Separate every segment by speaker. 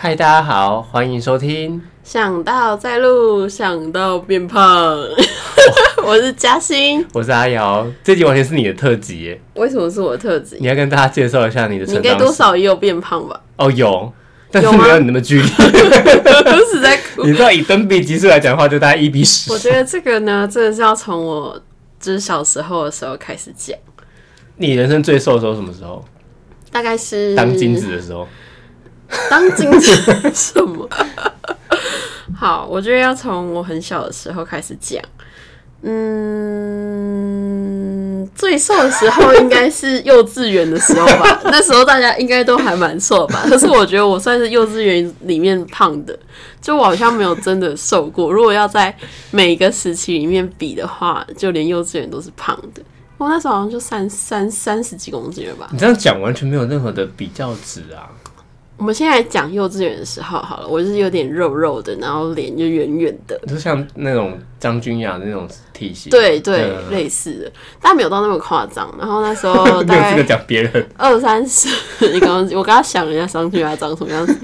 Speaker 1: 嗨，大家好，欢迎收听。
Speaker 2: 想到在路，想到变胖， 我是嘉欣。
Speaker 1: 我是阿瑶，这集完全是你的特辑耶，
Speaker 2: 为什么是我的特质？
Speaker 1: 你要跟大家介绍一下你的
Speaker 2: 你
Speaker 1: 成
Speaker 2: 应该
Speaker 1: 长
Speaker 2: 多
Speaker 1: 史。
Speaker 2: 少也有变胖吧？
Speaker 1: 哦，有，但是
Speaker 2: 有吗
Speaker 1: 没有你那么剧 烈。
Speaker 2: 我是在哭
Speaker 1: 你。知道以等比级数来讲的话，就大概一比十
Speaker 2: 我。觉得这个呢，真的是要从我就是小时候的时候开始讲，
Speaker 1: 你人生最瘦的时候什么时候？
Speaker 2: 大概是
Speaker 1: 当金，子的时候。
Speaker 2: 当金子什么？ 好，我觉得要从我很小的时候开始讲。嗯，最瘦的时候应该是幼稚园的时候吧，那时候大家应该都还蛮瘦吧。可是我觉得我算是幼稚园里面胖的，就我好像没有真的瘦过。如果要在每一个时期里面比的话，就连幼稚园都是胖的。我那时候好像就三三三十几公斤了吧。
Speaker 1: 你这样讲完全没有任何的比较值啊！
Speaker 2: 我们现在讲幼稚园的时候好了，我就是有点肉肉的，然后脸就圆圆的，
Speaker 1: 就像那种张君雅那种体型。
Speaker 2: 对对，
Speaker 1: 嗯
Speaker 2: 类似的，但没有到那么夸张。然后那时 候
Speaker 1: 没
Speaker 2: 大
Speaker 1: 有资格
Speaker 2: 概
Speaker 1: 讲别人。
Speaker 2: 二三十， 你刚我刚刚想了一下上去要长什么样子，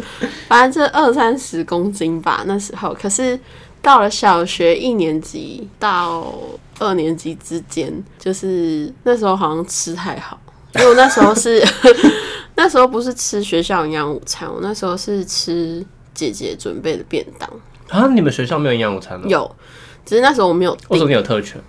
Speaker 2: 反正这二三十公斤吧，那时候。可是到了小学一年级到二年级之间，就是那时候好像吃太好，因为我那时候是 那时候不是吃学校营养午餐，我那时候是吃姐姐准备的便当，
Speaker 1: 啊，你们学校没有营养午餐吗？哦
Speaker 2: 有，只是那时候我没有
Speaker 1: 为什
Speaker 2: 订
Speaker 1: 么你有特权？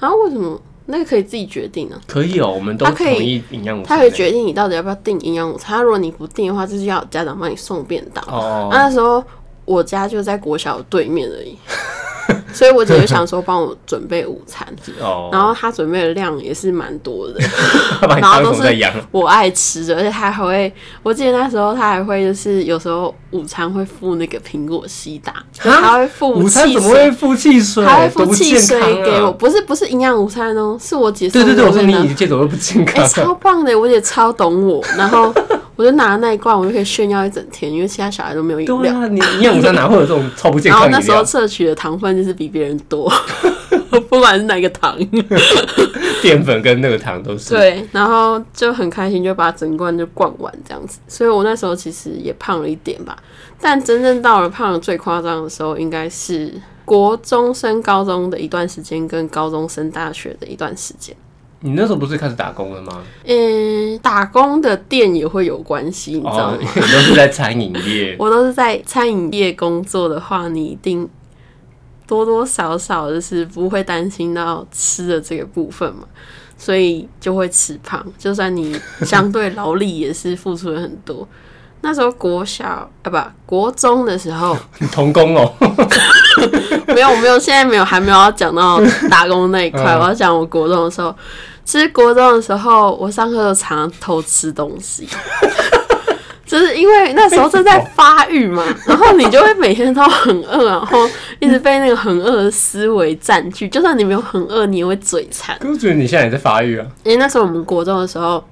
Speaker 2: 啊？为什么？那个可以自己决定啊。
Speaker 1: 可以哦，我们都
Speaker 2: 他可以
Speaker 1: 同意营养午餐
Speaker 2: 他
Speaker 1: 欸。
Speaker 2: 会决定你到底要不要订营养午餐。如果你不订的话，就是要家长帮你送便当。
Speaker 1: 哦，
Speaker 2: 那时候我家就在国小对面而已， 所以我姐就想说帮我准备午餐，
Speaker 1: 哦，
Speaker 2: 然后她准备的量也是蛮多的，
Speaker 1: 他把你
Speaker 2: 然后
Speaker 1: 当
Speaker 2: 都
Speaker 1: 什么
Speaker 2: 是
Speaker 1: 在养？
Speaker 2: 我爱吃的，而且她还会，我记得那时候她还会就是有时候午餐会附那个苹果西打，就她会附
Speaker 1: 啊午餐
Speaker 2: 哦汽
Speaker 1: 怎么
Speaker 2: 水。
Speaker 1: 会附汽水？
Speaker 2: 她会
Speaker 1: 多
Speaker 2: 附
Speaker 1: 不
Speaker 2: 汽水
Speaker 1: 健康啊
Speaker 2: 给我，。不是不是营养午餐哦，是我姐送
Speaker 1: 对对对，我
Speaker 2: 的
Speaker 1: 说
Speaker 2: 便
Speaker 1: 你
Speaker 2: 当
Speaker 1: 你这怎么不健
Speaker 2: 哎、
Speaker 1: 康？ 啊
Speaker 2: 超棒的，我姐超懂我。然后我就拿那一罐，我就可以炫耀一整天，因为其他小孩都没有饮
Speaker 1: 对
Speaker 2: 料。
Speaker 1: 啊，你营养午餐哪会有这种超不健
Speaker 2: 然后
Speaker 1: 康的
Speaker 2: 那
Speaker 1: 饮
Speaker 2: 时候
Speaker 1: 料？
Speaker 2: 摄取的糖分就是比别人多， 不管是哪个糖。
Speaker 1: 淀粉跟那个糖都是。
Speaker 2: 对，然后就很开心，就把整罐就灌完这样子。所以我那时候其实也胖了一点吧，但真正到了胖的最夸张的时候，应该是国中升高中的一段时间，跟高中升大学的一段时间。
Speaker 1: 你那时候不是开始打工了吗？
Speaker 2: 嗯，打工的店也会有关系，你知
Speaker 1: 哦
Speaker 2: 道吗，？
Speaker 1: 你都是在餐饮业。
Speaker 2: 我都是在餐饮业工作的话，你一定多多少少就是不会担心到吃的这个部分嘛，所以就会吃胖。就算你相对劳力也是付出了很多。那时候国小啊不国中的时候，
Speaker 1: 你童工哦，
Speaker 2: 没有没有，现在没有还没有要讲到打工那一块，
Speaker 1: 嗯
Speaker 2: 我要讲我国中的时候。其实国中的时候，我上课都常常偷吃东西，就是因为那时候正在发育嘛，然后你就会每天都很饿，然后一直被那个很饿的思维占据。就算你没有很饿，你也会嘴馋。
Speaker 1: 可我觉得你现在也在发育啊。
Speaker 2: 因为那时候我们国中的时候，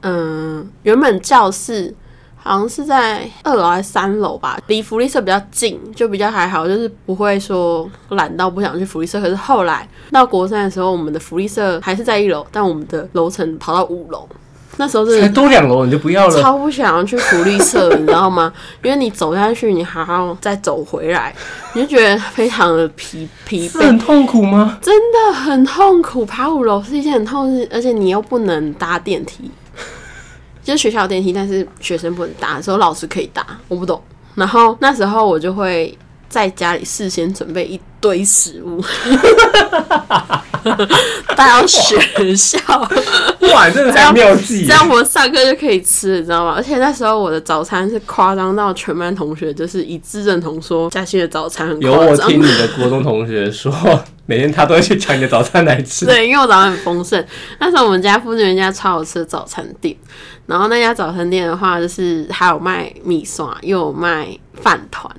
Speaker 2: 嗯，原本教室好像是在二楼还是三楼吧，离福利社比较近，就比较还好，就是不会说懒到不想去福利社。可是后来到国三的时候，我们的福利社还是在一楼，但我们的楼层跑到五楼，那时候真
Speaker 1: 才
Speaker 2: 的
Speaker 1: 多两楼你就不要了，
Speaker 2: 嗯超不想要去福利社，你知道吗？ 因为你走下去，你还要再走回来，你就觉得非常的疲疲
Speaker 1: 是
Speaker 2: 惫
Speaker 1: 很。痛苦吗？
Speaker 2: 真的很痛苦，爬五楼是一件很痛苦的事，而且你又不能搭电梯， 就是学校有电梯，但是学生不能搭，只有老师可以搭，我不懂。然后那时候我就会在家里事先准备一堆食物， 带到学校，
Speaker 1: 哇，你真的很
Speaker 2: 这样
Speaker 1: 妙计耶。
Speaker 2: 这样我上课就可以吃，你知道吗？而且那时候我的早餐是夸张到全班同学就是一致认同说嘉欣的早餐很
Speaker 1: 有
Speaker 2: 夸
Speaker 1: 我
Speaker 2: 张
Speaker 1: 听。你的国中同学说，每天他都会去抢你的早餐来吃。
Speaker 2: 对，因为我早餐很丰盛。那时候我们家附近有一家超好吃的早餐店，然后那家早餐店的话，就是还有卖米刷，又有卖饭团，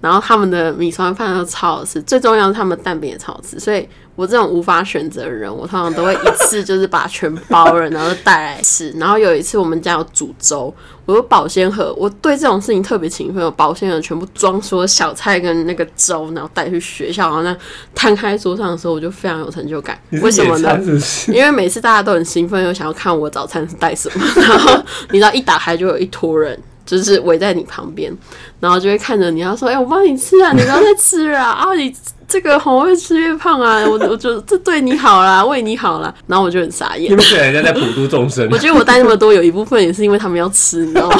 Speaker 2: 然后他们的米刷饭都超好吃，最重要是他们蛋饼也超好吃。所以我这种无法选择的人，我通常都会一次就是把全包了，然后带来吃。然后有一次我们家有煮粥，我有保鲜盒，我对这种事情特别勤奋，我保鲜盒全部装所有小菜跟那个粥，然后带去学校，然后那摊开桌上的时候，我就非常有成就感
Speaker 1: 你。是
Speaker 2: 为什么
Speaker 1: 野
Speaker 2: 呢
Speaker 1: 餐？是不是？
Speaker 2: 因为每 次大家都很兴奋，又想要看我早餐是带什么，然后你知道一打开就有一坨人。就是围在你旁边，然后就会看着你，他说：“哎、我帮你吃啊，你不要再吃了啊，啊 你这个红越吃越胖啊，我我就这对你好啦，为你好啦。”然后我就很傻眼
Speaker 1: 你。们觉得人家在普度众生
Speaker 2: 我？觉得我带那么多，有一部分也是因为他们要吃，你知道吗？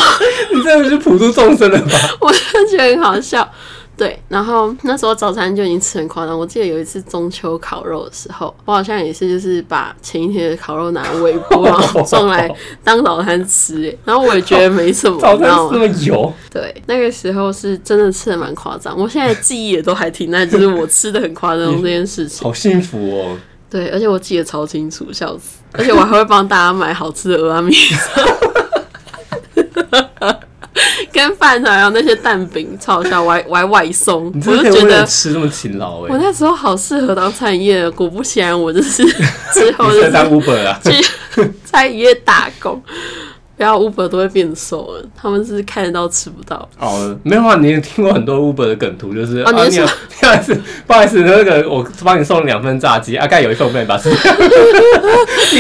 Speaker 1: 你真的是普度众生了吧？
Speaker 2: 我就觉得很好笑。对，然后那时候早餐就已经吃很夸张。我记得有一次中秋烤肉的时候，我好像也是就是把前一天的烤肉拿来微波，然 后送来当早餐吃。欸然后我也觉得没什 么，
Speaker 1: 早
Speaker 2: 你知
Speaker 1: 餐
Speaker 2: 道
Speaker 1: 这
Speaker 2: 吗？
Speaker 1: 么油，
Speaker 2: 对，那个时候是真的吃的蛮夸张。我现在记忆也都还停在就是我吃的很夸张这件事 情。
Speaker 1: 好幸福哦！
Speaker 2: 对，而且我记得超清楚，笑死！而且我还会帮大家买好吃的鹅阿米饭， 跟饭团还有那些蛋饼，超好笑，我还我还外送，我
Speaker 1: 你真的
Speaker 2: 就
Speaker 1: 可以
Speaker 2: 觉
Speaker 1: 为了
Speaker 2: 得
Speaker 1: 吃这么勤劳
Speaker 2: 我
Speaker 1: 哎，
Speaker 2: 那时候好适合当餐饮业的，果不其然，我就是 之后
Speaker 1: 你
Speaker 2: 就
Speaker 1: 是在当
Speaker 2: 是
Speaker 1: Uber 啊？
Speaker 2: 去 餐饮业打工。不要 Uber 都会变瘦了，他们是看得到吃不到。
Speaker 1: 哦，没有啊，你也听过很多 Uber 的梗图，就是
Speaker 2: 哦
Speaker 1: 啊，
Speaker 2: 你
Speaker 1: 你
Speaker 2: 是
Speaker 1: 有，不好意思，不好意思，那个我帮你送了两份炸鸡，啊，盖有一份我帮你把它 吃掉，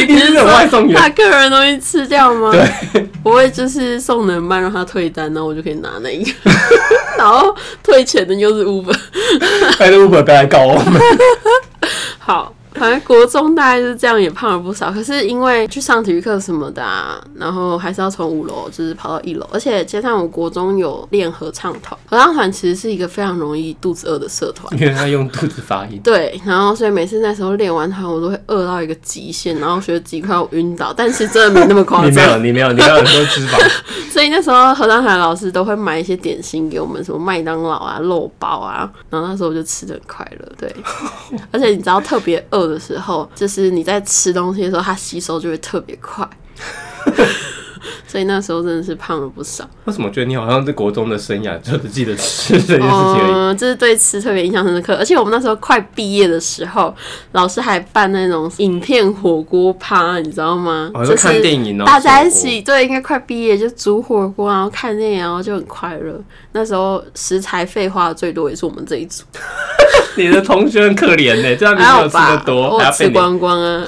Speaker 1: 一定是
Speaker 2: 说
Speaker 1: 有外送员
Speaker 2: 把客人的东西吃掉吗？
Speaker 1: 对，
Speaker 2: 我会就是送的慢，让他退单，然后我就可以拿那一个， 然后退钱的又是 Uber。
Speaker 1: 还是 Uber 不要来告我们。
Speaker 2: 好，反正国中大概是这样，也胖了不少。可是因为去上体育课什么的啊，然后还是要从五楼就是跑到一楼，而且加上我国中有练合唱团，合唱团其实是一个非常容易肚子饿的社团。
Speaker 1: 因为他用肚子发音，
Speaker 2: 对，然后所以每次那时候练完团，我都会饿到一个极限，然后觉得自己快要晕倒，但是真的没那么夸
Speaker 1: 你没
Speaker 2: 张
Speaker 1: 有，。你没有，你没有很多脂肪，
Speaker 2: 所以那时候何当海老师都会买一些点心给我们，什么麦当劳啊、肉包啊，然后那时候我就吃的很快乐， 对。而且你知道特别饿的时候，就是你在吃东西的时候，它吸收就会特别 快。所以那时候真的是胖了不少。
Speaker 1: 为什么觉得你好像是国中的生涯，就只记得吃这件事情而已？
Speaker 2: 嗯，这是对吃特别印象深刻。而且我们那时候快毕业的时候，老师还办那种影片火锅趴，你知道吗？
Speaker 1: 哦，
Speaker 2: 就
Speaker 1: 就看
Speaker 2: 是
Speaker 1: 电影哦，
Speaker 2: 大家一
Speaker 1: 吃火锅
Speaker 2: 起对，应该快毕业就煮火锅，然后看电影，然后就很快乐。那时候食材费花的最多也是我们这一组，
Speaker 1: 你的同学很可怜呢，这样你
Speaker 2: 还
Speaker 1: 没有
Speaker 2: 好
Speaker 1: 吃的
Speaker 2: 吧？
Speaker 1: 多，
Speaker 2: 我
Speaker 1: 还要被
Speaker 2: 吃
Speaker 1: 你
Speaker 2: 光光啊。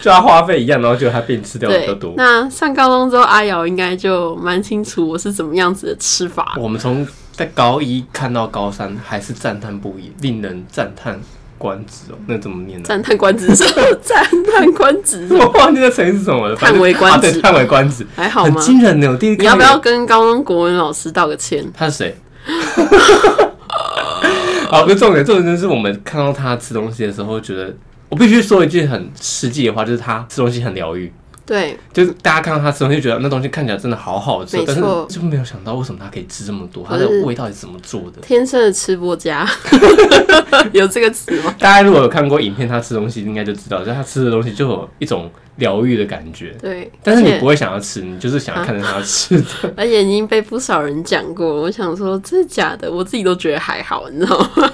Speaker 1: 就要花费一样，然后就他被你吃掉比较
Speaker 2: 对
Speaker 1: 多，。
Speaker 2: 那上高中之后，阿瑶应该就蛮清楚我是怎么样子的吃法。
Speaker 1: 我们从在高一看到高三，还是赞叹不已，令人赞叹观止哦。那怎么念呢？
Speaker 2: 赞叹官职是什么 赞叹官职是什么，
Speaker 1: 我忘记那成语是什么了，
Speaker 2: 叹为
Speaker 1: 反
Speaker 2: 观止
Speaker 1: 正啊对，叹为观止，
Speaker 2: 还好
Speaker 1: 很
Speaker 2: 吗？
Speaker 1: 惊人呢。我第一次
Speaker 2: 你
Speaker 1: 看
Speaker 2: 要不
Speaker 1: 那个
Speaker 2: 要跟高中国文老师道个歉？
Speaker 1: 他是谁？ 好，不是重点，重点就是我们看到他吃东西的时候，觉得我必须说一句很实际的话，就是他吃东西很疗愈。
Speaker 2: 对，
Speaker 1: 就是大家看到他吃东西，就觉得那东西看起来真的好好吃
Speaker 2: 没，
Speaker 1: 但是
Speaker 2: 错
Speaker 1: 就没有想到为什么他可以吃这么多，它
Speaker 2: 可
Speaker 1: 的
Speaker 2: 是
Speaker 1: 味道是怎么做的？
Speaker 2: 天生的吃播家 有这个词吗？
Speaker 1: 大家如果有看过影片，他吃东西应该就知道，就是他吃的东西就有一种疗愈的感觉。
Speaker 2: 对，
Speaker 1: 但是
Speaker 2: 而
Speaker 1: 你
Speaker 2: 且
Speaker 1: 不会想要吃，你就是想要看着他吃 的。
Speaker 2: 而且已经被不少人讲过，我想说真的假的，我自己都觉得还好，你知道吗？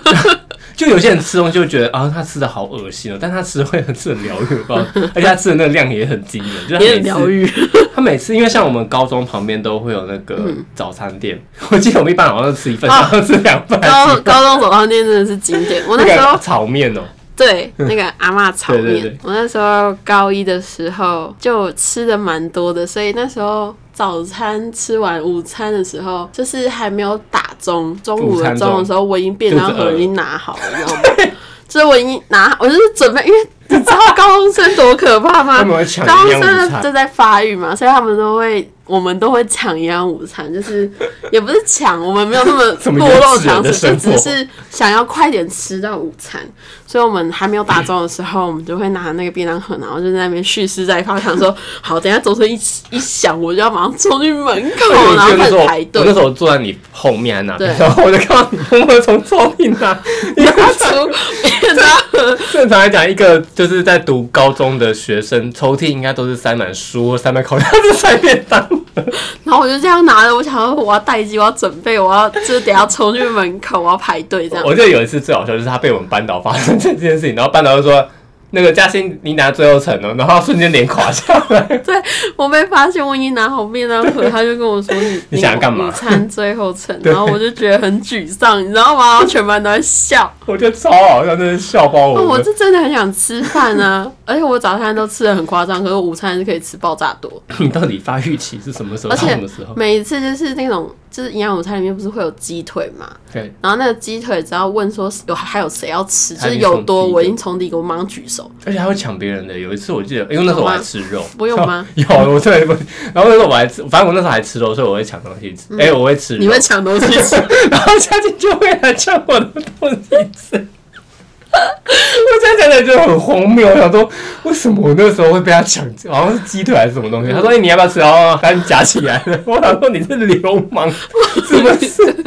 Speaker 1: 就有些人吃东西就觉得啊，他吃的好恶心哦，但他吃的会很吃很疗愈，我不知 道而且他吃的那个量也很惊人，就是他
Speaker 2: 也
Speaker 1: 每
Speaker 2: 很疗
Speaker 1: 次
Speaker 2: 愈。
Speaker 1: 他每次因为像我们高中旁边都会有那个
Speaker 2: 嗯
Speaker 1: 早餐店，我记得我们一般好像吃一份，
Speaker 2: 啊
Speaker 1: 然后吃两份，
Speaker 2: 高高中走到店真的是经典，哦我那时
Speaker 1: 哎那
Speaker 2: 候
Speaker 1: 个炒面哦，
Speaker 2: 对那个阿嬷炒面，
Speaker 1: 对对对
Speaker 2: 我那时候高一的时候就吃的蛮多的，所以那时候早餐吃完午餐的时候，就是还没有打钟，中午
Speaker 1: 午
Speaker 2: 的
Speaker 1: 餐
Speaker 2: 钟的
Speaker 1: 钟
Speaker 2: 时候，我已经便当
Speaker 1: 肚子
Speaker 2: 盒
Speaker 1: 饿
Speaker 2: 已经拿好了，你知道吗？就是我已经拿， 我就是准备，因为你知道高中生多可怕吗？
Speaker 1: 他们会抢
Speaker 2: 高
Speaker 1: 营养
Speaker 2: 中
Speaker 1: 午
Speaker 2: 生
Speaker 1: 餐。
Speaker 2: 正在发育嘛，所以他们都会，我们都会抢营养午餐，就是也不是抢，我们没有那 么
Speaker 1: 怎么
Speaker 2: 落
Speaker 1: 幼
Speaker 2: 落
Speaker 1: 稚
Speaker 2: 长
Speaker 1: 人的
Speaker 2: 食，就
Speaker 1: 生
Speaker 2: 只
Speaker 1: 活
Speaker 2: 是想要快点吃到午餐。所以我们还没有打钟的时候，我们就会拿那个便当盒，然后就在那边蓄势待发，想说 好，等一下钟声一一响，我就要马上冲去门 口，然
Speaker 1: 我
Speaker 2: 后
Speaker 1: 记得
Speaker 2: 开
Speaker 1: 那时
Speaker 2: 始
Speaker 1: 候
Speaker 2: 排
Speaker 1: 我那
Speaker 2: 队
Speaker 1: 时。候坐在你后面还拿
Speaker 2: 对，
Speaker 1: 然后我就看到你默默地从后面拿， 因为
Speaker 2: 拿出便当盒，
Speaker 1: 正常来讲，一个就是在读高中的学生，抽屉应该都是塞满书、塞满口袋、是塞便当。
Speaker 2: 然后我就这样拿着，我想说我要待机，我要准备，我要就是等一下冲去门口，我要排队这样。
Speaker 1: 哦我记得有一次最好笑，就是他被我们班导发生这件事情，然后班导就说：“那个嘉欣你拿最后层了， 然后瞬间脸垮下来，
Speaker 2: 我被发现我已经拿好便当盒，他就跟我说你
Speaker 1: 你想要干嘛
Speaker 2: 午餐最后 盛，然后我就觉得很沮丧，你知道吗？然后全班都在笑。
Speaker 1: 我觉得超好笑，真的是笑爆
Speaker 2: 哦，
Speaker 1: 我
Speaker 2: 我
Speaker 1: 们。
Speaker 2: 是真的很想吃饭啊，而且我早餐都吃的很夸张，可是我午餐是可以吃爆炸多。
Speaker 1: 你到底发育期是什么时候
Speaker 2: 而
Speaker 1: 到
Speaker 2: 且
Speaker 1: 什么时候？
Speaker 2: 每一次就是那种就是营养午餐里面不是会有鸡腿嘛，
Speaker 1: 对，
Speaker 2: 然后那个鸡腿只要问说有还有谁要吃，就
Speaker 1: 他已
Speaker 2: 是
Speaker 1: 经
Speaker 2: 有
Speaker 1: 从
Speaker 2: 多
Speaker 1: 第一
Speaker 2: 我
Speaker 1: 个
Speaker 2: 已经从第一个我马上举手，
Speaker 1: 而且还会抢别人的。有一次我记得，因为那时候我还吃 肉，
Speaker 2: 我有吗？
Speaker 1: 有，我真的不。然后那时候我还吃，反正我那时候还吃肉，所以我会抢东西吃。哎、我会吃肉，
Speaker 2: 嗯你会抢东西 吃，
Speaker 1: 然后嘉靖就会来抢我的东西吃。 我现在想起来就很荒谬，我想说为什么我那时候会被他抢，好像是鸡腿还是什么东西。他说：“哎、你要不要吃？”然后赶紧夹起来了。 我想说你是流氓，是不 是？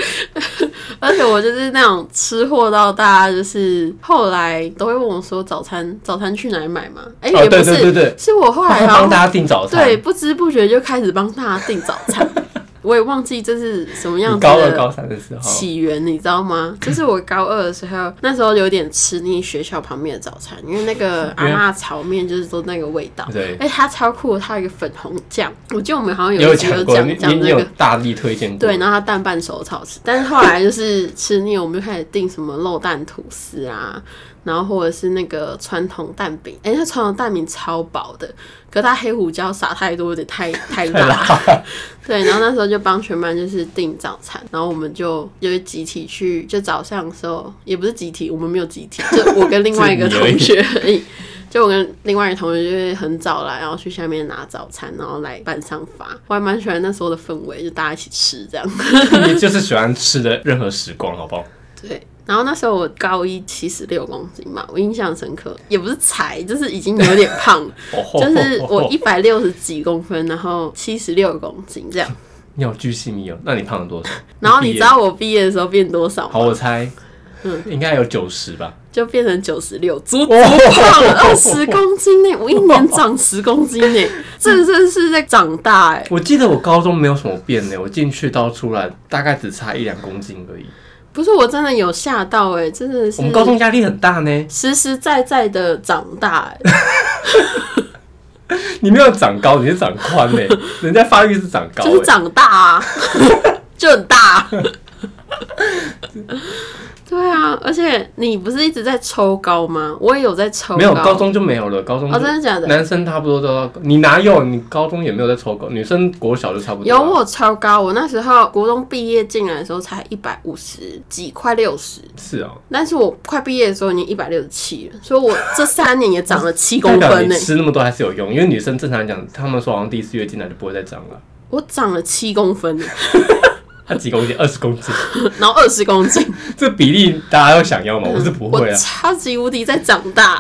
Speaker 2: 而且我就是那种吃货到大家就是后来都会问我说早餐早餐去哪里买嘛？哎、
Speaker 1: 哦
Speaker 2: 也不
Speaker 1: 对
Speaker 2: 是，
Speaker 1: 对对对
Speaker 2: 是我后来
Speaker 1: 他
Speaker 2: 好
Speaker 1: 帮
Speaker 2: 像
Speaker 1: 大家订早餐，
Speaker 2: 啊对不知不觉就开始帮大家订早餐， 我也忘记这是什么样
Speaker 1: 你
Speaker 2: 子
Speaker 1: 高二高
Speaker 2: 的。
Speaker 1: 三的时候，
Speaker 2: 起源你知道吗？就是我高二的时候，那时候有点吃腻学校旁边的早餐，因为那 个阿
Speaker 1: 因为
Speaker 2: 嬷炒面就是都那个味道。
Speaker 1: 啊对
Speaker 2: 哎，它超酷，它有一个粉红酱，我记得我们好像
Speaker 1: 也
Speaker 2: 有
Speaker 1: 有
Speaker 2: 一集有
Speaker 1: 抢过，你
Speaker 2: 讲
Speaker 1: 你
Speaker 2: 讲
Speaker 1: 你
Speaker 2: 这
Speaker 1: 有
Speaker 2: 个，
Speaker 1: 大力推荐过，
Speaker 2: 对，然后它蛋拌手炒吃，但是后来就是吃腻，我们就开始订什么肉蛋吐司啊，然后或者是那个传统蛋饼，哎、那传统蛋饼超薄的，可它黑胡椒撒太多，有点 太太
Speaker 1: 太
Speaker 2: 辣。
Speaker 1: 辣了，
Speaker 2: 对，然后那时候就帮全班就是订早餐，然后我们就就是集体去，就早上的时候也不是集体，我们没有集体，就我跟另外一 个
Speaker 1: 自己而已
Speaker 2: 同学而已。就我跟另外一个同学就会很早来，然后去下面拿早餐，然后来班上发。我还蛮喜欢那时候的氛围，就大家一起吃这样。
Speaker 1: 你就是喜欢吃的任何时光，好不好？
Speaker 2: 对，然后那时候我高一七十六公斤嘛，我印象深刻，也不是才，就是已经有点胖了，
Speaker 1: 哦
Speaker 2: 就是我一百六十几公分，然后七十六公斤这样。
Speaker 1: 你好巨细密哦，那你胖了多少？
Speaker 2: 然后你 知道嗯我毕业的时候变多少
Speaker 1: 好，
Speaker 2: 吗？
Speaker 1: 我猜，应该有九十吧。
Speaker 2: 就变成九十六，足
Speaker 1: 哦
Speaker 2: 足胖了二十
Speaker 1: 我
Speaker 2: 公斤 呢、我一年长十公斤呢、这真是在长大哎、
Speaker 1: 我记得我高中没有什么变呢，我进去到出来大概只差一两公斤而已。
Speaker 2: 不是我真的有吓到哎、真的是
Speaker 1: 我们高中压力很大呢，
Speaker 2: 实实在在的长大、欸，
Speaker 1: 你没有长高，你是长宽 呢，人家发育是长高欸，
Speaker 2: 就是长大 啊，就很大、对啊，而且你不是一直在抽高吗？我也有在抽高，啊
Speaker 1: 没有高中就没有了，高中就
Speaker 2: 哦，真的假的？
Speaker 1: 男生差不多都要，你哪有？你高中也没有在抽高，女生国小就差不多啊
Speaker 2: 有
Speaker 1: 了。
Speaker 2: 我超高，我那时候国中毕业进来的时候才一百五十几，快六十，
Speaker 1: 是哦，
Speaker 2: 但是我快毕业的时候已经一百六十七了，所以我这三年也长了七
Speaker 1: 代
Speaker 2: 公
Speaker 1: 表
Speaker 2: 分欸
Speaker 1: 你
Speaker 2: 呢、
Speaker 1: 吃那么多还是有用，因为女生正常来讲，她们说好像第一次月经来就不会再长了。
Speaker 2: 我长了七公分欸，
Speaker 1: 她几公斤？二十公斤，
Speaker 2: 然后二十公斤，
Speaker 1: 这比例大家都想要吗？我是 不
Speaker 2: 我
Speaker 1: 会啊。
Speaker 2: 超级无敌在长大，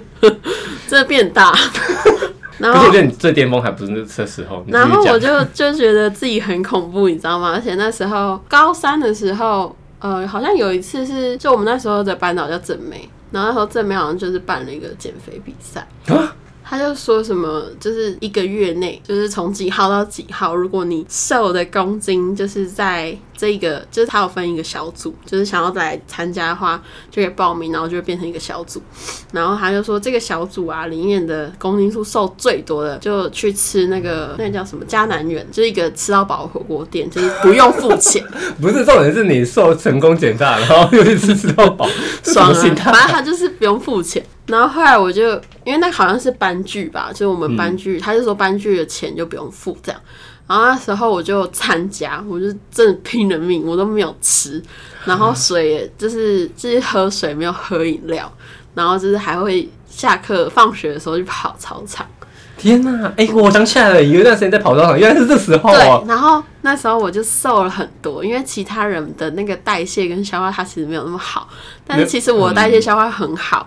Speaker 2: 真的变大。 然
Speaker 1: 可是
Speaker 2: 后
Speaker 1: 我觉得你最巅峰还不是那这时候，你继续
Speaker 2: 然后
Speaker 1: 讲。
Speaker 2: 我就就觉得自己很恐怖，你知道吗？而且那时候高三的时候，呃，好像有一次是就我们那时候的班导叫郑梅，然后那时候郑梅好像就是办了一个减肥比赛。
Speaker 1: 啊
Speaker 2: 他就说什么，就是一个月内，就是从几号到几号，如果你瘦的公斤就是在这个，就是他有分一个小组，就是想要来参加的话，就可以报名，然后就会变成一个小组。然后他就说，这个小组啊，里面的公斤数瘦最多的，就去吃那个那个叫什么迦南园，就是一个吃到饱的火锅店，就是不用付钱，
Speaker 1: 不是重点是你瘦成功减大，然后又一次吃到饱，这什
Speaker 2: 爽
Speaker 1: 么
Speaker 2: 啊！
Speaker 1: 心态
Speaker 2: 反正他就是不用付钱。然后后来我就因为那好像是班剧吧，就是我们班
Speaker 1: 嗯
Speaker 2: 剧，他就说班剧的钱就不用付这样。然后那时候我就参加，我就真的拼了命，我都没有吃，然后水也就是就是喝水没有喝饮料，然后就是还会下课放学的时候去跑操场。
Speaker 1: 天哪、哎、我想起来了，有一段时间在跑操场，原来是这时候啊
Speaker 2: 对，。然后那时候我就瘦了很多，因为其他人的那个代谢跟消化它其实没有那么好，但
Speaker 1: 没
Speaker 2: 是
Speaker 1: 有
Speaker 2: 其实我的
Speaker 1: 嗯
Speaker 2: 代谢消化很好，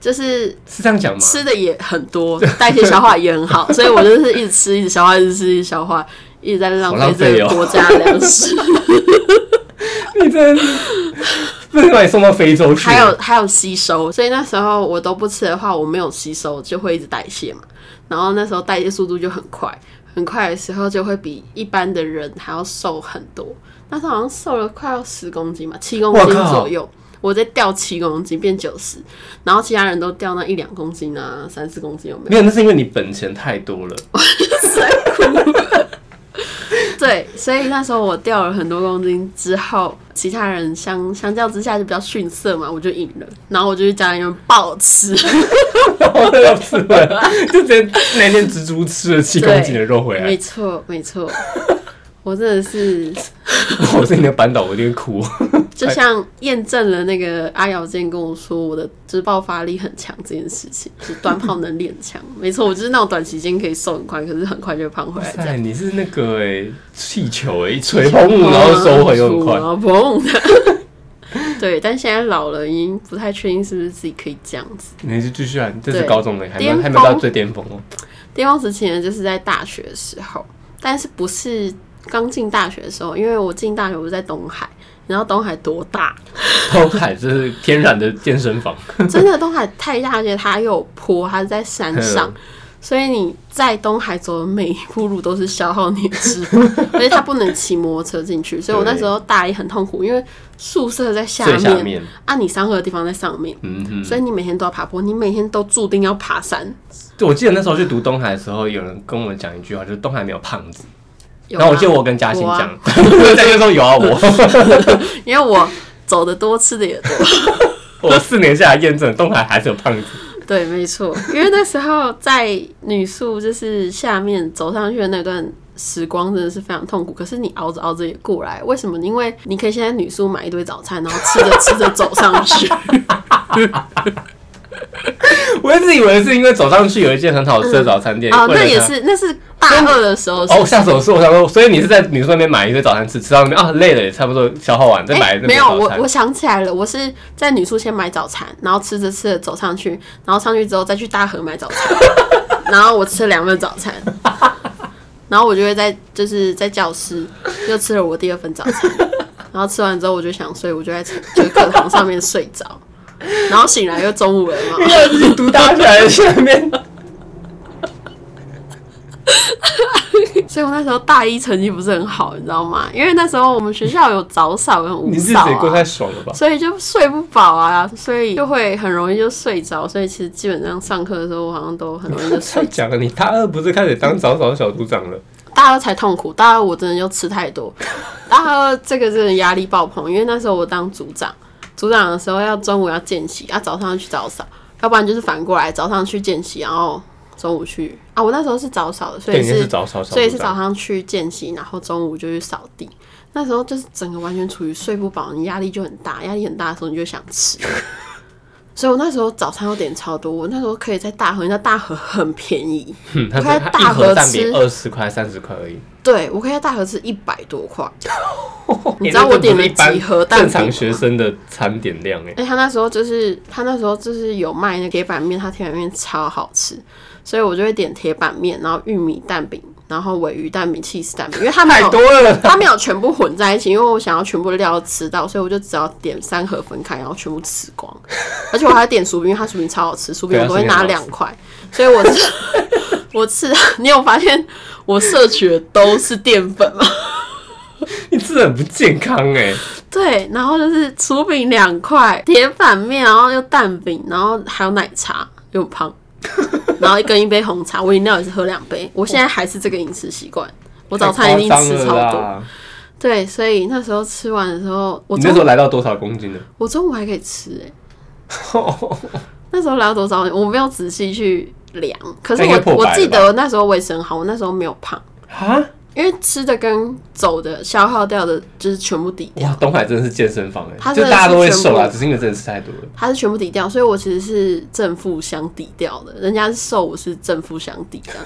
Speaker 2: 就是
Speaker 1: 是这样讲吗？
Speaker 2: 吃的也很多，代谢消化也很 好，所以我就是一直吃，一直消化，一直吃，一直消化，一直在浪
Speaker 1: 好浪
Speaker 2: 这
Speaker 1: 费
Speaker 2: 个
Speaker 1: 哦
Speaker 2: 国家 粮食。
Speaker 1: 你真的是，不是把你送到非洲去？啊
Speaker 2: 还有还有吸收，所以那时候我都不吃的话，我没有吸收就会一直代谢嘛，然后那时候代谢速度就很快，很快的时候就会比一般的人还要瘦很多。那时候好像瘦了快要十公斤嘛，七公
Speaker 1: 我
Speaker 2: 斤
Speaker 1: 靠
Speaker 2: 左右。我再掉七公斤变九十，然后其他人都掉那一两公斤啊，三四公斤有没有？
Speaker 1: 没有，那是因为你本钱太多了。
Speaker 2: 对，所以那时候我掉了很多公斤之后，其他人相相较之下就比较逊色嘛，我就赢了，然后我就去家里面暴吃，
Speaker 1: 然后要吃完，就直接那天蜘蛛吃了七公斤的肉回
Speaker 2: 没
Speaker 1: 来，
Speaker 2: 错没错，我真的是
Speaker 1: 我是你的扳倒，我一定哭。
Speaker 2: 就像验证了那个阿瑶之前跟我说我的就是爆发力很强这件事情，就是短跑能力很强，没错，我就是那种短期间可以瘦很快，可是很快就会胖回来这样。
Speaker 1: 哎，你是那个哎、气球哎、一吹砰，然后收回又很快
Speaker 2: 然。后砰的。对，但现在老了，已经不太确定是不是自己可以这样子。
Speaker 1: 你是继续啊，这是
Speaker 2: 对
Speaker 1: 高中的，还没有
Speaker 2: 巅峰
Speaker 1: 还没有到最巅峰哦。
Speaker 2: 巅峰时期呢，就是在大学的时候，但是不是刚进大学的时候，因为我进大学我是在东海，你知道东海多 大？
Speaker 1: 东海这是天然的健身房，
Speaker 2: 真的东海太大，而且它又有坡，它是在山
Speaker 1: 嗯
Speaker 2: 上，所以你在东海走的每一步路都是消耗你的脂 肪，而且它不能骑摩托车进去，所以我那时候大一很痛苦，因为宿舍在下
Speaker 1: 最
Speaker 2: 面，
Speaker 1: 下面，
Speaker 2: 啊，你上课的地方在上面，
Speaker 1: 嗯哼。
Speaker 2: 所以你每天都要爬坡，你每天都注定要爬山。
Speaker 1: 就我记得那时候去读东海的时候，有人跟我们讲一句话，就是东海没有胖子。
Speaker 2: 有
Speaker 1: 然后我
Speaker 2: 啊
Speaker 1: 记得我跟嘉欣
Speaker 2: 我啊
Speaker 1: 讲， 嘉欣说有啊，我
Speaker 2: 因为我走的多，吃的也多。
Speaker 1: 我四年下来验证东海还是有胖子。
Speaker 2: 对，没错，因为那时候在女宿就是下面走上去的那段时光真的是非常痛苦，可是你熬着熬着也过来，为什么？因为你可以先在女宿买一堆早餐，然后吃着吃着走 上去。
Speaker 1: 我一直以为是因为走上去有一间很好吃的早餐店，
Speaker 2: 哦，
Speaker 1: 为了
Speaker 2: 那也
Speaker 1: 它。
Speaker 2: 是那是大二的时候
Speaker 1: 哦，下手是我想说，所以你是在女生那边买一堆早餐吃，吃到那边啊累了，也差不多消耗完，再买
Speaker 2: 哎，
Speaker 1: 那边
Speaker 2: 没有，
Speaker 1: 早
Speaker 2: 我
Speaker 1: 餐。
Speaker 2: 我想起来了，我是在女宿先买早餐，然后吃着吃着走上去，然后上去之后再去大和买早 餐，然后我吃了两份早餐，然后我就会在就是在教室又吃了我第二份早餐，然后吃完之后我就想睡，我就在就是课堂上面睡着，然后醒来又中午了嘛，
Speaker 1: 要自己读大学还是下面，
Speaker 2: 所以我那时候大一成绩不是很好，你知道吗？因为那时候我们学校有早扫跟午
Speaker 1: 你日
Speaker 2: 扫、
Speaker 1: 子
Speaker 2: 啊，
Speaker 1: 也过太爽 了吧？
Speaker 2: 所以就睡不饱啊，所以就会很容易就睡着。所以其实基本上上课的时候，我好像都很容易就
Speaker 1: 这
Speaker 2: 睡
Speaker 1: 样
Speaker 2: 着。
Speaker 1: 讲了，你大二不是开始当早早小组长了？
Speaker 2: 大二才痛苦，大二我真的就吃太多。大二这个真的压力爆棚，因为那时候我当组长，组长的时候要中午要见习，啊早上要去早扫，要不然就是反过来早上去见习，然后中午去啊。我那时候是早扫的，所
Speaker 1: 对，
Speaker 2: 以
Speaker 1: 你
Speaker 2: 是
Speaker 1: 是早早小
Speaker 2: 所以是
Speaker 1: 组
Speaker 2: 早
Speaker 1: 长。
Speaker 2: 上去见习，然后中午就去扫地。那时候就是整个完全处于睡不饱，你压力就很大，压力很大的时候你就想吃。所以我那时候早餐又点超多，我那时候可以在大和，你知道大和很便宜，
Speaker 1: 嗯，他
Speaker 2: 开
Speaker 1: 是他一
Speaker 2: 大
Speaker 1: 盒
Speaker 2: 盒
Speaker 1: 蛋饼
Speaker 2: 吃嗯
Speaker 1: 二十块、三十块而已。
Speaker 2: 对我可以在大和吃一百多块。你
Speaker 1: 欸
Speaker 2: 知道我
Speaker 1: 那这
Speaker 2: 点了
Speaker 1: 不是一般
Speaker 2: 几盒蛋饼
Speaker 1: 正常学生的餐点量哎，
Speaker 2: 哎、他那时候就是他那时候就是有卖那个铁板面，他铁板面超好吃，所以我就会点铁板面，然后玉米蛋饼，然后尾鱼蛋饼、起司蛋饼，因为他没
Speaker 1: 太
Speaker 2: 有
Speaker 1: 多了。
Speaker 2: 它没有全部混在一起，因为我想要全部料吃到，所以我就只要点三盒分开，然后全部吃光。而且我还点薯饼，因为它薯饼超好吃，薯饼
Speaker 1: 对啊
Speaker 2: 我都会拿两块，所以我吃我吃到。你有发现我摄取的都是淀粉吗？
Speaker 1: 你吃的很不健康哎，
Speaker 2: 对，然后就是薯饼两块，铁板面，然后又蛋饼，然后还有奶茶，又很 胖，然后跟一杯红茶，我饮料也是喝两杯，我现在还是这个饮食习惯。我早餐一定吃
Speaker 1: 太夸
Speaker 2: 超
Speaker 1: 张了
Speaker 2: 多，
Speaker 1: 啦。
Speaker 2: 对，所以那时候吃完的时候，我
Speaker 1: 你
Speaker 2: 中
Speaker 1: 那时候来到多少公斤呢？
Speaker 2: 我中午还可以吃哎、 那时候来到多少？我没有仔细去量，可是
Speaker 1: 那应
Speaker 2: 我
Speaker 1: 该破百
Speaker 2: 我
Speaker 1: 了吧
Speaker 2: 记得那时候卫生好，我那时候没有胖，
Speaker 1: 啊？
Speaker 2: 因为吃的跟走的消耗掉的，就是全部抵掉，
Speaker 1: 哇，东海真的是健身房哎、
Speaker 2: 他
Speaker 1: 就
Speaker 2: 真的是
Speaker 1: 大家都会瘦啦，
Speaker 2: 全部
Speaker 1: 只是因为真的吃太多了。
Speaker 2: 它是全部抵掉，所以我其实是正负相抵掉的，人家是瘦，我是正负相抵这样。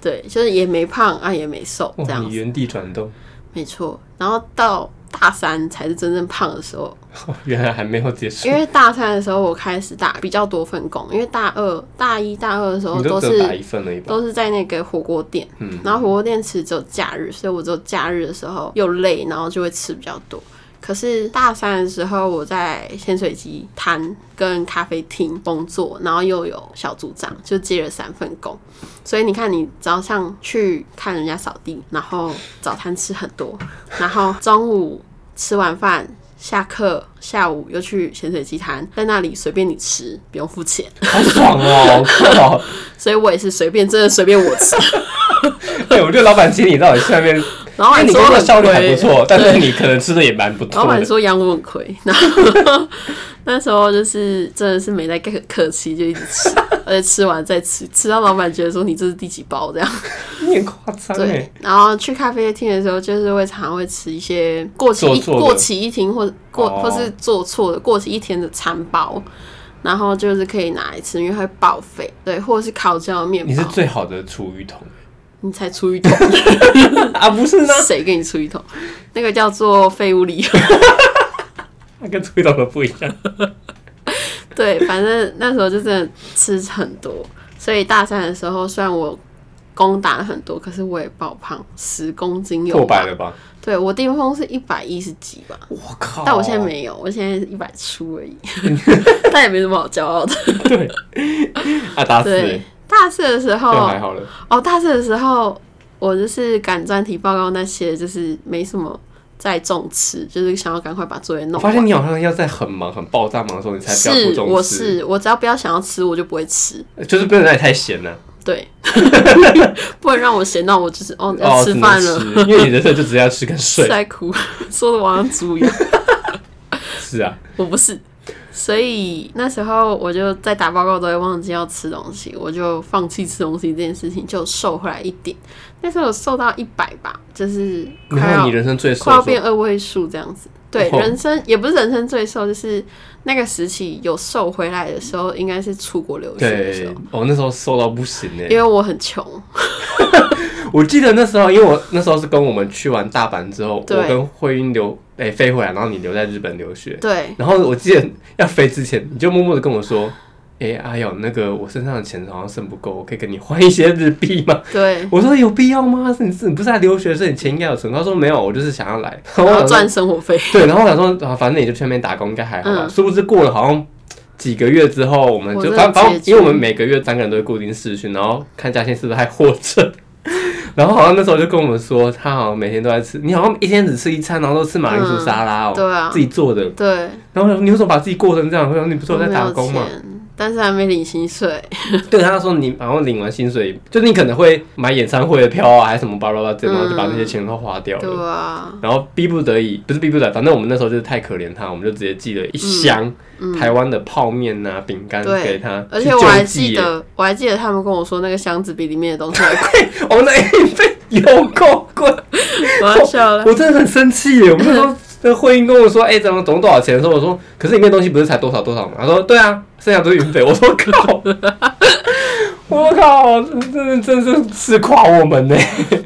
Speaker 2: 对，就是也没胖啊，也没瘦这
Speaker 1: 哇，
Speaker 2: 样
Speaker 1: 你
Speaker 2: 子，
Speaker 1: 原地转动，
Speaker 2: 没错。然后到大三才是真正胖的时候，
Speaker 1: 哦原来还没有结束
Speaker 2: 因。为大三的时候我开始打比较多份工，因为大二、大一、大二的时候
Speaker 1: 你
Speaker 2: 都
Speaker 1: 都只
Speaker 2: 是
Speaker 1: 有打一份而已吧？
Speaker 2: 都是在那个火锅店，
Speaker 1: 嗯
Speaker 2: 然后火锅店其实只有假日，所以我只有假日的时候又累，然后就会吃比较多。可是大三的时候，我在潜水机摊跟咖啡厅工作，然后又有小组长，就接了三份工。所以你看，你早上去看人家扫地，然后早餐吃很多，然后中午吃完饭下课下午又去咸水鸡摊，在那里随便你吃，不用付钱。
Speaker 1: 好爽哦！靠，
Speaker 2: 所以我也是随便，真的随便我吃。
Speaker 1: 对，我觉得老板请你到底下面，
Speaker 2: 老
Speaker 1: 那
Speaker 2: 板
Speaker 1: 你
Speaker 2: 哦说
Speaker 1: 工作
Speaker 2: 很
Speaker 1: 效率还
Speaker 2: 亏
Speaker 1: 不错，但是你可能吃的也蛮不
Speaker 2: 老
Speaker 1: 错
Speaker 2: 板
Speaker 1: 的。
Speaker 2: 说养我很亏，然后那时候就是真的是没在客客气，就一直 吃，而且吃完再吃，吃到老板觉得说你这是第几包这样。
Speaker 1: 你很夸张哎
Speaker 2: 对，，然后去咖啡厅的时候，就是会常会吃一些过期
Speaker 1: 做
Speaker 2: 一
Speaker 1: 错的
Speaker 2: 过期一天或过、
Speaker 1: 哦
Speaker 2: 或是做错的过期一天的餐包，然后就是可以拿来吃，因为它会报废。对，或者是烤焦的面包，
Speaker 1: 你是最好的厨余桶
Speaker 2: 你才出 一桶，
Speaker 1: 啊，不是呢，
Speaker 2: 谁给你出一桶？那个叫做废物理由。
Speaker 1: 那跟厨余桶的不一样。
Speaker 2: 对，反正那时候就真的吃很多，所以大三的时候虽然我攻打了很多，可是我也爆胖，十公斤有
Speaker 1: 破百
Speaker 2: 吧
Speaker 1: 了吧？
Speaker 2: 对我巅峰是一百一十几吧，
Speaker 1: 我靠！
Speaker 2: 但我现在没有，我现在一百出 而已，但也没什么好骄傲的。
Speaker 1: 对，啊，打死
Speaker 2: 对
Speaker 1: 欸，
Speaker 2: 大四的时
Speaker 1: 就
Speaker 2: 候，
Speaker 1: 还好了。
Speaker 2: 哦，大四的时候我就是赶专题报告那些，就是没什么在重吃，就是想要赶快把作业
Speaker 1: 我
Speaker 2: 弄
Speaker 1: 发现
Speaker 2: 完。
Speaker 1: 你好像要在很忙、很爆炸忙的时候，你才比较注
Speaker 2: 是，
Speaker 1: 重
Speaker 2: 我
Speaker 1: 吃，
Speaker 2: 是我只要不要想要吃，我就不会吃。
Speaker 1: 就是不能让你太闲了。
Speaker 2: 对， 不能让我闲到我就是哦
Speaker 1: 哦，
Speaker 2: 要吃
Speaker 1: 只能
Speaker 2: 饭了，
Speaker 1: 吃因为你人生就只要吃跟睡
Speaker 2: 是。在哭，说的我好像猪一样，
Speaker 1: 是啊，
Speaker 2: 我不是。所以那时候我就在打报告都会忘记要吃东西，我就放弃吃东西这件事情，就瘦回来一点。那时候我瘦到一百吧，就是
Speaker 1: 你
Speaker 2: 快
Speaker 1: 看
Speaker 2: 要
Speaker 1: 你人生最瘦
Speaker 2: 快要
Speaker 1: 的时
Speaker 2: 变
Speaker 1: 候，
Speaker 2: 二位数这样子。对，
Speaker 1: 哦
Speaker 2: 人生也不是人生最瘦，就是那个时期有瘦回来的时候，应该是出国留学的时
Speaker 1: 对
Speaker 2: 候，，
Speaker 1: 我那时候瘦到不行哎、
Speaker 2: 因为我很穷，
Speaker 1: 我记得那时候，因为我那时候是跟我们去完大阪之后，
Speaker 2: 对
Speaker 1: 我跟慧英留哎、飞回来，然后你留在日本留学。
Speaker 2: 对，
Speaker 1: 然后我记得要飞之前，你就默默的跟我说：“哎、阿友，那个我身上的钱好像剩不够，我可以跟你换一些日币吗？”
Speaker 2: 对，
Speaker 1: 我说有必要吗？是你是你不是来留学，是你钱应该有存。他说没有，我就是想要来，然
Speaker 2: 然
Speaker 1: 我
Speaker 2: 后
Speaker 1: 想
Speaker 2: 赚
Speaker 1: 说
Speaker 2: 生活费。
Speaker 1: 对， 然后我想说啊，反正你就去那边打工应该还好吧。
Speaker 2: 嗯
Speaker 1: 殊不知过了好像几个月之后，我们
Speaker 2: 我
Speaker 1: 就
Speaker 2: 真
Speaker 1: 反
Speaker 2: 的
Speaker 1: 反
Speaker 2: 结
Speaker 1: 正
Speaker 2: 局
Speaker 1: 因为我们每个月三个人都会固定试训，然后看嘉欣是不是还活着。 然后好像那时候就跟我们说，他好像每天都在吃，你好像一天只吃一餐，然后都吃马铃薯沙拉哦，
Speaker 2: 嗯对啊
Speaker 1: 自己做的。
Speaker 2: 对，
Speaker 1: 然后我想说你为什么把自己过成这样？我想你不是有
Speaker 2: 我
Speaker 1: 在
Speaker 2: 没
Speaker 1: 打
Speaker 2: 有
Speaker 1: 工吗？
Speaker 2: 钱，但是还没领薪水。
Speaker 1: 对，他说你好像领完薪水，就是你可能会买演唱会的票啊，还是什么巴拉巴拉这种，然后就把那些钱都花掉了。
Speaker 2: 嗯对啊，
Speaker 1: 然后逼不得已，不是逼不得已，反正我们那时候就是太可怜他，我们就直接寄了一箱台湾的泡面啊、饼干
Speaker 2: 嗯对
Speaker 1: 给他，
Speaker 2: 而
Speaker 1: 去
Speaker 2: 且
Speaker 1: 救
Speaker 2: 我还
Speaker 1: 济
Speaker 2: 记
Speaker 1: 耶，
Speaker 2: 得，我还记得他们跟我说那个箱子比里面的东西 还贵，
Speaker 1: 我们的 A 费有够贵，
Speaker 2: 我要笑了。
Speaker 1: 我真的很生气耶。我们那时 候那慧英跟我说，哎、怎么总多少钱的时候，我说，可是里面的东西不是才多少多少吗？他说，对啊，剩下都是运费。我 说靠，我靠，真的真是是夸我们呢。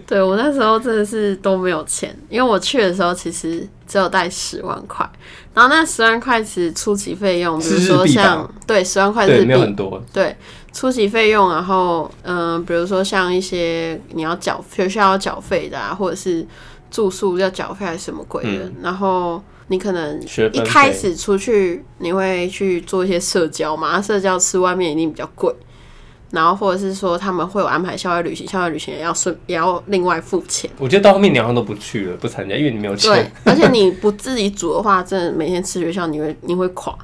Speaker 2: 对我那时候真的是都没有钱，因为我去的时候其实只有带十万块，然后那十万块其实初期费用，比如
Speaker 1: 是日
Speaker 2: 说
Speaker 1: 币吧
Speaker 2: 像对十万块
Speaker 1: 对，
Speaker 2: 日
Speaker 1: 没有很
Speaker 2: 币，
Speaker 1: 多，
Speaker 2: 对初期费用，然后嗯、呃比如说像一些你要缴学校要缴费的啊，或者是住宿要缴费还是什么鬼的，
Speaker 1: 嗯
Speaker 2: 然后你可能
Speaker 1: 学
Speaker 2: 一
Speaker 1: 分
Speaker 2: 开
Speaker 1: 费
Speaker 2: 始出去，你会去做一些社交嘛？啊社交吃外面一定比较贵，然后或者是说他们会有安排校外旅行，校外旅行也要顺也要另外付钱。
Speaker 1: 我觉得到后面你好像都不去了，不参加，因为你没有
Speaker 2: 对
Speaker 1: 钱。，
Speaker 2: 而且你不自己煮的话，真的每天吃学校你会你会垮，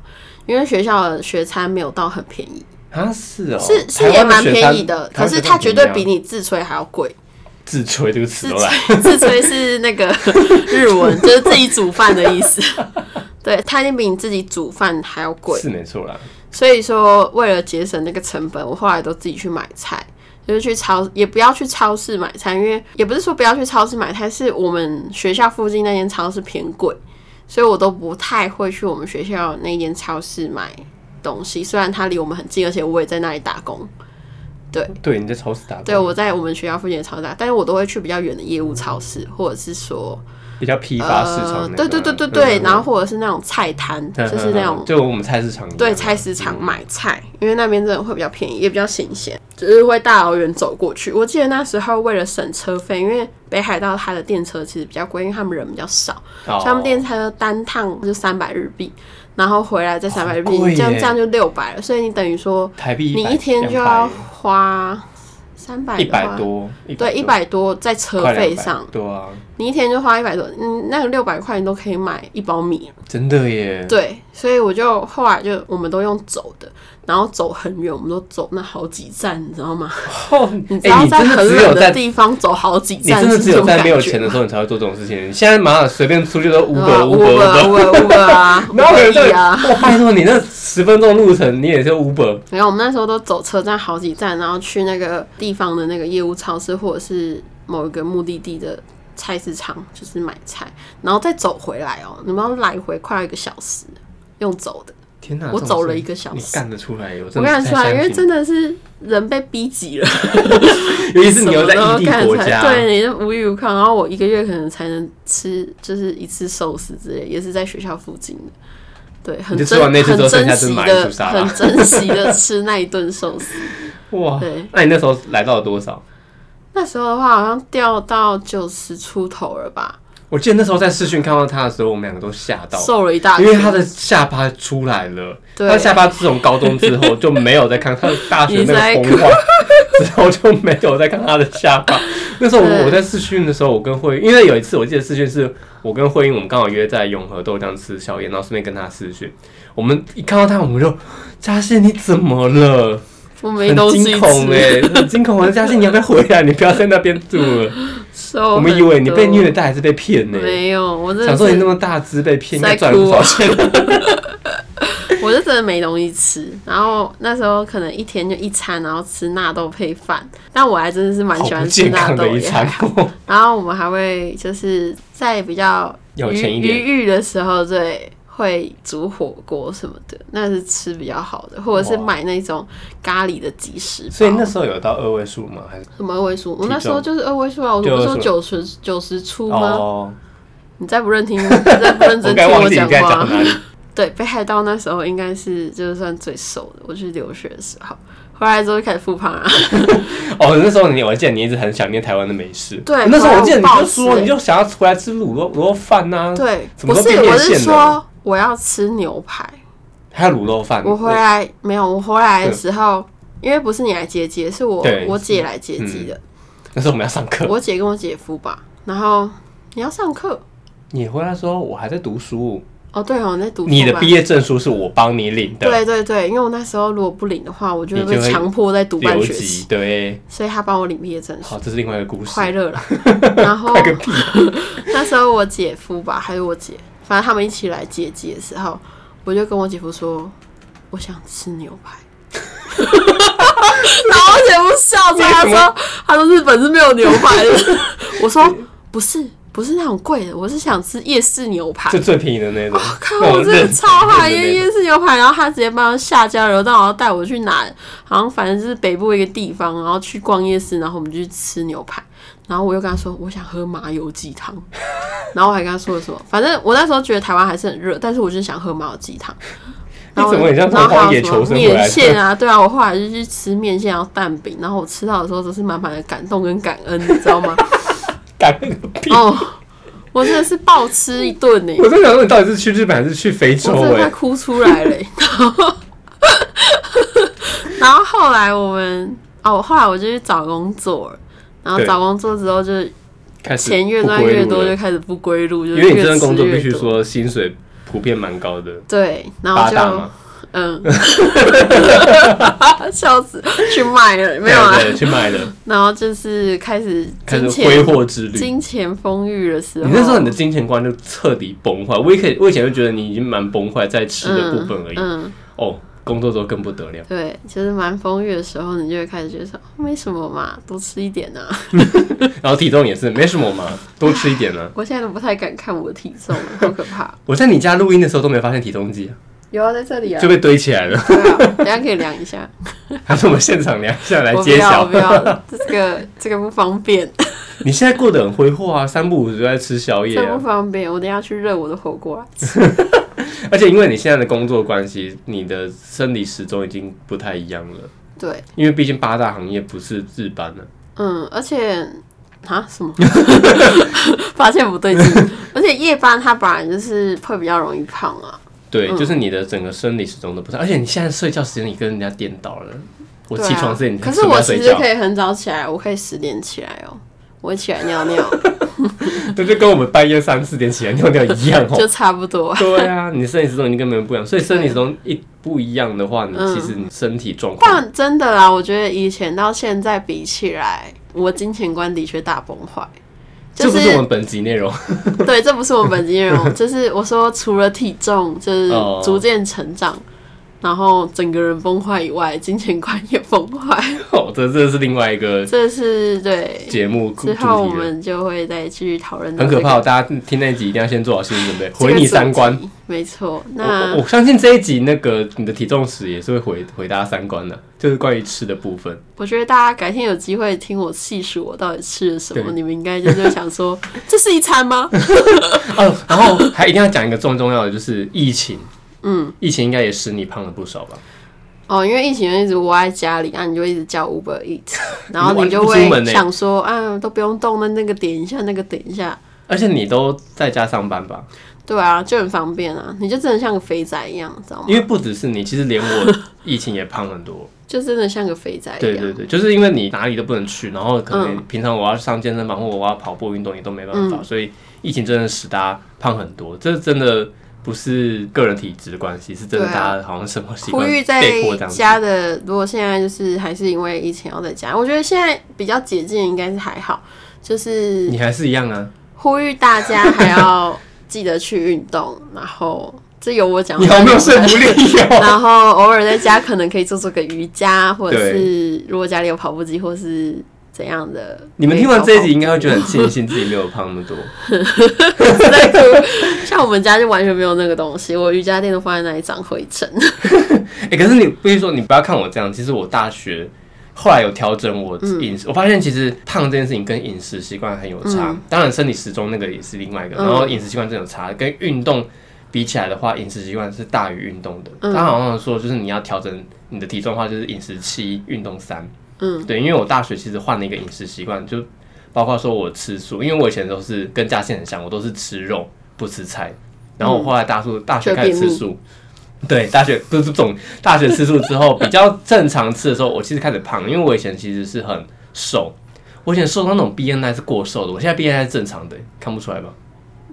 Speaker 2: 因为学校的学餐没有到很便宜，
Speaker 1: 啊，是哦，
Speaker 2: 是是
Speaker 1: 台湾
Speaker 2: 也蛮
Speaker 1: 学
Speaker 2: 便
Speaker 1: 餐
Speaker 2: 宜的，
Speaker 1: 台
Speaker 2: 可
Speaker 1: 湾
Speaker 2: 是
Speaker 1: 学餐
Speaker 2: 它绝对
Speaker 1: 便
Speaker 2: 比
Speaker 1: 宜啊
Speaker 2: 你自炊还要贵。
Speaker 1: 自吹这个词
Speaker 2: 自
Speaker 1: 都来。
Speaker 2: 炊自炊是 那个日文，就是自己煮饭的意思。对，它一定比你自己煮饭还要贵。
Speaker 1: 是没错啦，
Speaker 2: 所以说，为了节省那个成本，我后来都自己去买菜，就是去超，也不要去超市买菜，因为也不是说不要去超市买菜，是我们学校附近那间超市偏贵，所以我都不太会去我们学校那间超市买东西。虽然它离我们很近，而且我也在那里打工，
Speaker 1: 对，你在超市打工，
Speaker 2: 对我在我们学校附近的超市打，啊但是我都会去比较远的业务超市，或者是说，
Speaker 1: 比较批发市场
Speaker 2: 呃
Speaker 1: 那，个，
Speaker 2: 对对对对对，
Speaker 1: 嗯
Speaker 2: 然后或者是那种菜摊，
Speaker 1: 嗯
Speaker 2: 就是那种
Speaker 1: 嗯就我们菜市场一样
Speaker 2: 对，菜市场买菜，因为那边真的会比较便宜，也比较新鲜，就是会大老远走过去。我记得那时候为了省车费，因为北海道它的电车其实比较贵，因为他们人比较少，
Speaker 1: 哦
Speaker 2: 所以他们电车单趟就三百日币，然后回来再三百日币，
Speaker 1: 好贵
Speaker 2: 你这样
Speaker 1: 耶
Speaker 2: 这样就六百了，所以你等于说
Speaker 1: 台币
Speaker 2: 你
Speaker 1: 100
Speaker 2: 一天就要花三百
Speaker 1: 一百多，
Speaker 2: 对，一百多在车
Speaker 1: 快
Speaker 2: 费
Speaker 1: 200
Speaker 2: 上，
Speaker 1: 对啊，
Speaker 2: 你一天就花一百多，你那个六百块你都可以买一包米了
Speaker 1: 真的耶，
Speaker 2: 对，所以我就后来就我们都用走的，然后走很远，我们都走那好几站，你知 道吗？
Speaker 1: 哦，
Speaker 2: 你知
Speaker 1: 哎、
Speaker 2: 道
Speaker 1: 你
Speaker 2: 在
Speaker 1: 真的
Speaker 2: 很
Speaker 1: 只
Speaker 2: 冷
Speaker 1: 有
Speaker 2: 的
Speaker 1: 在，
Speaker 2: 地方走好几
Speaker 1: 你
Speaker 2: 站
Speaker 1: 真的
Speaker 2: 是
Speaker 1: 只
Speaker 2: 这
Speaker 1: 有
Speaker 2: 种
Speaker 1: 在
Speaker 2: 感
Speaker 1: 没有
Speaker 2: 觉
Speaker 1: 钱的
Speaker 2: 吗
Speaker 1: 时候，你才会做这种事情。你现在马上随便出去都五
Speaker 2: 对
Speaker 1: 百
Speaker 2: 啊
Speaker 1: 五百五百，
Speaker 2: Uber Uber Uber，
Speaker 1: 然后有人
Speaker 2: 可
Speaker 1: 叫
Speaker 2: 以
Speaker 1: 你，
Speaker 2: 啊。
Speaker 1: 哇， 拜托你那十分钟路程，你也是五百，
Speaker 2: 没有，我们那时候都走车站好几站，然后去那个地方的那个业务超市，或者是某一个目的地的菜市场，就是买菜，然后再走回来哦。你们要来回快要一个小时，用走的。
Speaker 1: 天哪！
Speaker 2: 我
Speaker 1: 这种
Speaker 2: 走了
Speaker 1: 事
Speaker 2: 一个小
Speaker 1: 你
Speaker 2: 时
Speaker 1: 干得出来？我
Speaker 2: 我
Speaker 1: 真的
Speaker 2: 看得
Speaker 1: 太
Speaker 2: 出来，
Speaker 1: 相
Speaker 2: 因为
Speaker 1: 信
Speaker 2: 真的是人被逼急了，
Speaker 1: 尤其是你又在
Speaker 2: 什么
Speaker 1: 异地
Speaker 2: 都看
Speaker 1: 国
Speaker 2: 得出来
Speaker 1: 家，
Speaker 2: 对，你就无语无靠。然后我一个月可能才能吃，就是一次寿司之类，也是在学校附近的。对，很
Speaker 1: 你就吃
Speaker 2: 珍
Speaker 1: 完那次
Speaker 2: 很
Speaker 1: 之后剩
Speaker 2: 珍
Speaker 1: 下就是
Speaker 2: 惜
Speaker 1: 买一
Speaker 2: 的
Speaker 1: 株沙，拉
Speaker 2: 很珍惜的吃那一顿寿司。
Speaker 1: 哇
Speaker 2: 对！
Speaker 1: 那你那时候来到了多少？
Speaker 2: 那时候的话，好像掉到九十出头了吧，
Speaker 1: 我记得那时候在视讯看到他的时候，我们两个都吓到，
Speaker 2: 瘦了一大圈，
Speaker 1: 因为他的下巴出来了。
Speaker 2: 对
Speaker 1: 他下巴自从高中之后就没有再看，他的大学
Speaker 2: 你
Speaker 1: 那
Speaker 2: 在
Speaker 1: 个红化之后就没有再看他的下 巴。那时候我
Speaker 2: 对
Speaker 1: 我在试训的时候，我跟慧，因为有一次我记得试训是我跟慧英，我们刚好约在永和豆浆吃宵夜，然后顺便跟他试训。我们一看到他，我们就嘉欣你怎么了？
Speaker 2: 我没
Speaker 1: 很
Speaker 2: 东西
Speaker 1: 惊恐哎、
Speaker 2: 吃，
Speaker 1: 很惊恐！嘉欣你要不要回来？你不要在那边住 了。
Speaker 2: 瘦
Speaker 1: 我们
Speaker 2: 很
Speaker 1: 以为你被
Speaker 2: 多
Speaker 1: 虐待还是被骗呢、
Speaker 2: 没有，我真
Speaker 1: 想
Speaker 2: 的
Speaker 1: 说你那
Speaker 2: 是，
Speaker 1: 么大只被骗，应
Speaker 2: 在
Speaker 1: 该赚了不少
Speaker 2: 哭啊
Speaker 1: 钱。
Speaker 2: 我是真的没东西吃。然后那时候可能一天就一餐，然后吃纳豆配饭，但 我还真的是蛮
Speaker 1: 好
Speaker 2: 喜
Speaker 1: 不
Speaker 2: 欢吃
Speaker 1: 健
Speaker 2: 纳
Speaker 1: 康
Speaker 2: 豆
Speaker 1: 的一
Speaker 2: 也还
Speaker 1: 餐
Speaker 2: 好。，然后我们还会就是在比较
Speaker 1: 有
Speaker 2: 余
Speaker 1: 钱一
Speaker 2: 余
Speaker 1: 点
Speaker 2: 裕的时候，对，会煮火锅什么的，那是吃比较好的，或者是
Speaker 1: 哇
Speaker 2: 买那种咖喱的即食包。
Speaker 1: 所以那时候有到二位数吗？还是
Speaker 2: 什么二位数？我
Speaker 1: 体
Speaker 2: 那时候
Speaker 1: 重
Speaker 2: 就是二位数啊，我不
Speaker 1: 就二
Speaker 2: 是
Speaker 1: 位
Speaker 2: 说
Speaker 1: 数
Speaker 2: 九十九十出吗？
Speaker 1: 哦，
Speaker 2: 你再不认听，你再不 认
Speaker 1: 我
Speaker 2: 真听
Speaker 1: 该忘记
Speaker 2: 讲
Speaker 1: 你该
Speaker 2: 话
Speaker 1: 讲。哪里。
Speaker 2: 对，北海道那时候应该是就是算最瘦的，我去留学的时候，回来之后就开始 复胖啊。
Speaker 1: 哦，那时候你，我记得你一直很想念台湾的美食。
Speaker 2: 对
Speaker 1: 那时候我记得你
Speaker 2: 台湾
Speaker 1: 就
Speaker 2: 我
Speaker 1: 说，
Speaker 2: 暴吃
Speaker 1: 你就想要回来吃卤肉卤肉饭啊呐，
Speaker 2: 对，
Speaker 1: 怎
Speaker 2: 不
Speaker 1: 么都
Speaker 2: 是
Speaker 1: 变，
Speaker 2: 我
Speaker 1: 面
Speaker 2: 是
Speaker 1: 线了，
Speaker 2: 说我要吃牛排。
Speaker 1: 还有卤肉饭。
Speaker 2: 我啊回来没有？我回来的时候，因为不是你来接机，是我
Speaker 1: 对嗯
Speaker 2: 我姐来接机的。
Speaker 1: 那时候我们要上课，
Speaker 2: 我姐跟我姐夫吧，然后你要上课
Speaker 1: 你回来说我还在读书，
Speaker 2: 哦，对哦，你在读书
Speaker 1: 你的
Speaker 2: 吧
Speaker 1: 毕业证书是我帮你领的，
Speaker 2: 对对对，因为我那时候如果不领的话，我就会
Speaker 1: 你就
Speaker 2: 被
Speaker 1: 会
Speaker 2: 强迫在读半
Speaker 1: 留
Speaker 2: 学
Speaker 1: 级
Speaker 2: 期，
Speaker 1: 对。
Speaker 2: 所以他帮我领毕业证书，
Speaker 1: 好，这是另外一个故事。
Speaker 2: 快 乐啦。然后
Speaker 1: 快个屁！
Speaker 2: 那时候我姐夫吧，还有我姐，反正他们一起来接机的时候，我就跟我姐夫说，我想吃牛排。 然后我姐夫笑出来，他说：“他说日本是没有牛排的。” 我说：“不是，不是那种贵的，我是想吃夜市牛排。
Speaker 1: 就”最便宜的那种。
Speaker 2: 我靠！
Speaker 1: 那
Speaker 2: 我
Speaker 1: 种
Speaker 2: 真的
Speaker 1: 认
Speaker 2: 超讨
Speaker 1: 认的
Speaker 2: 厌
Speaker 1: 那种
Speaker 2: 夜市牛排，然后他直接帮我下交流道，然后带我去哪，好像反正是北部一个地方，然后去逛夜市，然后我们就去吃牛排，然后我又跟他说我想喝麻油鸡汤， 然后我还跟他说了什么，反正我那时候觉得台湾还是很热，但是我就是想喝麻油鸡汤。然后我
Speaker 1: 你怎么很像从
Speaker 2: 然后还有
Speaker 1: 荒野
Speaker 2: 什
Speaker 1: 求
Speaker 2: 么
Speaker 1: 生回来
Speaker 2: 面
Speaker 1: 的
Speaker 2: 线啊，对啊，我后来就去吃面线，然后蛋饼，然后我吃到的时候都是满满的感动跟感恩，你知 道吗？
Speaker 1: 干个屁！
Speaker 2: 哦，我真的是暴吃一顿欸呢、
Speaker 1: 我在想说，你到底是去日本还是去非洲、
Speaker 2: 我真的快
Speaker 1: 哎，
Speaker 2: 哭出来了欸、 然后，然后后来我们哦，后来我就去找工作了。然后
Speaker 1: 对
Speaker 2: 找工作之后，就是
Speaker 1: 开始
Speaker 2: 钱越
Speaker 1: 不
Speaker 2: 赚
Speaker 1: 归
Speaker 2: 越
Speaker 1: 路
Speaker 2: 多，
Speaker 1: 了
Speaker 2: 就开始不归路，就
Speaker 1: 因
Speaker 2: 是
Speaker 1: 为你
Speaker 2: 越
Speaker 1: 这份
Speaker 2: 吃
Speaker 1: 工作必
Speaker 2: 越
Speaker 1: 须
Speaker 2: 多。
Speaker 1: 说薪水普遍蛮高的，
Speaker 2: 对，然后
Speaker 1: 八大
Speaker 2: 就
Speaker 1: 嘛，
Speaker 2: 嗯，笑死，去卖了没有啊？
Speaker 1: 对对，去卖 了，
Speaker 2: 然后就是开始
Speaker 1: 开始
Speaker 2: 金
Speaker 1: 挥
Speaker 2: 钱
Speaker 1: 霍之旅。
Speaker 2: 金钱丰裕的时候，
Speaker 1: 你那时候你的金钱观就彻底崩坏，我以前我以前就觉得你已经蛮崩坏在吃的部分而已，
Speaker 2: 嗯，嗯
Speaker 1: 哦，工作之后更不得了，
Speaker 2: 对，就是蛮丰裕的时候，你就会开始觉得说哦没什么嘛，多吃一点啊。
Speaker 1: 然后体重也是没什么嘛，多吃一点呢、啊
Speaker 2: 我现在都不太敢看我的体重了，好可怕！
Speaker 1: 我在你家录音的时候都没有发现体重计啊，
Speaker 2: 有啊，在这里啊
Speaker 1: 就，被堆起来了，
Speaker 2: 对 啊，等一下可以量一下。
Speaker 1: 还是我们现场量一下来
Speaker 2: 我不
Speaker 1: 揭
Speaker 2: 要，我
Speaker 1: 晓
Speaker 2: 不。要，这个这个不方便，
Speaker 1: 你现在过得很挥霍啊，三不五时就在吃宵夜
Speaker 2: 这 不
Speaker 1: 啊，
Speaker 2: 方便。我等一下去热我的火锅啊。
Speaker 1: 而且因为你现在的工作关系，你的生理时钟已经不太一样了，
Speaker 2: 对，
Speaker 1: 因为毕竟八大行业不是日班了、
Speaker 2: 嗯，而且啊什 么，发现不对劲，而且夜班它本来就是会比较容易胖啊。
Speaker 1: 对，
Speaker 2: 嗯
Speaker 1: 就是你的整个生理时钟都不是，而且你现在睡觉时间你跟人家颠倒了。我
Speaker 2: 对
Speaker 1: 起床之前，
Speaker 2: 啊
Speaker 1: 你，
Speaker 2: 可是
Speaker 1: 准备
Speaker 2: 我
Speaker 1: 要
Speaker 2: 其
Speaker 1: 睡
Speaker 2: 实
Speaker 1: 觉
Speaker 2: 可以很早起来，我可以十点起来哦，我会起来尿尿。
Speaker 1: 那就跟我们半夜三四点起来尿尿一样哦。
Speaker 2: 就差不多。
Speaker 1: 对啊，你生理时钟已经跟别人不一样，所以生理时钟一不一样的话，你
Speaker 2: 嗯
Speaker 1: 其实你身体状况，
Speaker 2: 但真的啦，我觉得以前到现在比起来，我金钱观的确大崩坏。就
Speaker 1: 这不是我
Speaker 2: 是
Speaker 1: 们本集内容。
Speaker 2: 对，这不是我本金容，就是我说除了体重就是
Speaker 1: 哦
Speaker 2: 逐渐成长，然后整个人崩坏以外，金钱观也崩坏。
Speaker 1: 哦，这这是另外一个
Speaker 2: 这是对，
Speaker 1: 节目主
Speaker 2: 之
Speaker 1: 题
Speaker 2: 后
Speaker 1: 了，
Speaker 2: 我们就会再继续讨论到
Speaker 1: 很
Speaker 2: 这
Speaker 1: 可
Speaker 2: 个。
Speaker 1: 怕哦。大家听那一集一定要先做好心理准备，
Speaker 2: 这个
Speaker 1: 毁你三观
Speaker 2: 主。题。没错，
Speaker 1: 我
Speaker 2: 那
Speaker 1: 我我相信这一集那个你的体重史也是会回回答三观的，就是关于吃的部分。
Speaker 2: 我觉得大家改天有机会听我细数我到底吃了什么，
Speaker 1: 对
Speaker 2: 你们应该就是会想说， 这是一餐吗？
Speaker 1: 哦，然后还一定要讲一个重重要的，就是疫情。嗯，疫情应该也使你胖了不少吧？
Speaker 2: 哦，因为疫情就一直窝在家里，啊，你就一直叫 Uber Eat，然后你就
Speaker 1: 你完全不出门
Speaker 2: 会
Speaker 1: 欸
Speaker 2: 想说，啊，都不用动，那那个点一下，那个点一下，
Speaker 1: 而且你都在家上班吧？
Speaker 2: 对啊，就很方便啊，你就真的像个肥仔一样，知道吗？
Speaker 1: 因为不只是你，其实连我疫情也胖很 多。
Speaker 2: 就真的像个肥仔一
Speaker 1: 对
Speaker 2: 样。
Speaker 1: 对对，就是因为你哪里都不能去，然后可能
Speaker 2: 哎嗯
Speaker 1: 平常我要上健身房或我要跑步运动也都没办法，所以疫情真的使大家胖很多。这真的不是个人体质的关系，是真的
Speaker 2: 对啊
Speaker 1: 大家好像生活习
Speaker 2: 呼
Speaker 1: 惯
Speaker 2: 吁在
Speaker 1: 被迫这样子。
Speaker 2: 家的，如果现在就是还是因为疫情要在家，我觉得现在比较解禁，应该是还好。就是
Speaker 1: 你还是一样啊，
Speaker 2: 呼吁大家还要记得去运动，然后这有我讲，
Speaker 1: 你好没有说服力 哦。
Speaker 2: 然后偶尔在家可能可以做做个瑜伽，或者是如果家里有跑步机或是怎样的。
Speaker 1: 你们听完这一集应
Speaker 2: 该
Speaker 1: 该会觉得很庆幸自己没有胖那么多。
Speaker 2: 像我们家就完全没有那个东西，我瑜伽垫都放在那里长灰尘。
Speaker 1: 哎、可是你必须说，你不要看我这样，其实我大学后来有调整我饮食，我发现其实胖这件事情跟饮食习惯很有差。当然，生理时钟那个也是另外一个，
Speaker 2: 嗯
Speaker 1: 然后饮食习惯真的有差，跟运动比起来的话，饮食习惯是大于运动的。
Speaker 2: 嗯
Speaker 1: 他、好像说，就是你要调整你的体重的话，就是饮食七，运动三。
Speaker 2: 嗯，
Speaker 1: 对，因为我大学其实换了一个饮食习惯，就包括说我吃素，因为我以前都是跟嘉欣很像，我都是吃肉不吃菜，然后我后来大叔大学
Speaker 2: 嗯就
Speaker 1: 开始
Speaker 2: 便
Speaker 1: 吃
Speaker 2: 秘
Speaker 1: 素。对，大学不是总大学吃素之后，比较正常吃的时候，我其实开始胖，因为我以前其实是很瘦，我以前瘦到那种 BMI 是过瘦的，我现在 BMI 是正常的，看不出来吧？